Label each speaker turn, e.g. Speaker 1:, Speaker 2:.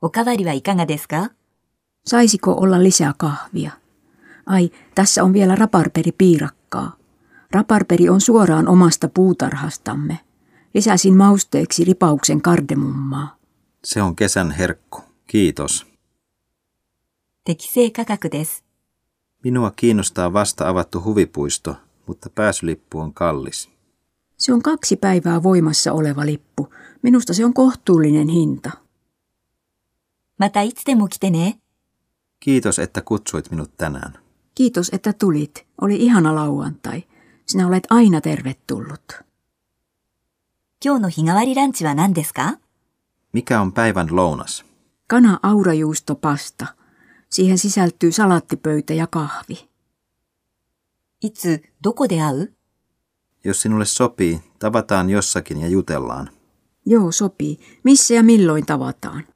Speaker 1: おかわりはいかがですか
Speaker 2: Saisiko olla lisää kahvia? Ai, tässä on vielä raparperipiirakkaa. Raparperi on suoraan omasta puutarhastamme. Lisäsin mausteeksi ripauksen kardemummaa.
Speaker 3: Se on kesän herkku. Kiitos.
Speaker 1: 適正価格です。
Speaker 3: Minua kiinnostaa vasta avattu huvipuisto, mutta pääsylippu on kallis.
Speaker 2: Se on kaksi päivää voimassa oleva lippu. Minusta se on kohtuullinen hinta.
Speaker 1: またいつでも来てね。
Speaker 3: Kiitos, että kutsuit minut tänään.
Speaker 2: Kiitos, että tulit. Oli ihana lauantai. Sinä olet aina tervetullut.
Speaker 1: 今日の日替わりランチは何ですか
Speaker 3: Mikä on päivän lounas?
Speaker 2: Kana aurajuustopasta. Siihen sisältyy salaattipöytä ja kahvi.
Speaker 1: いつ、どこで会う
Speaker 3: Jos sinulle sopii, tavataan jossakin ja jutellaan.
Speaker 2: Joo, sopii. Missä ja milloin tavataan?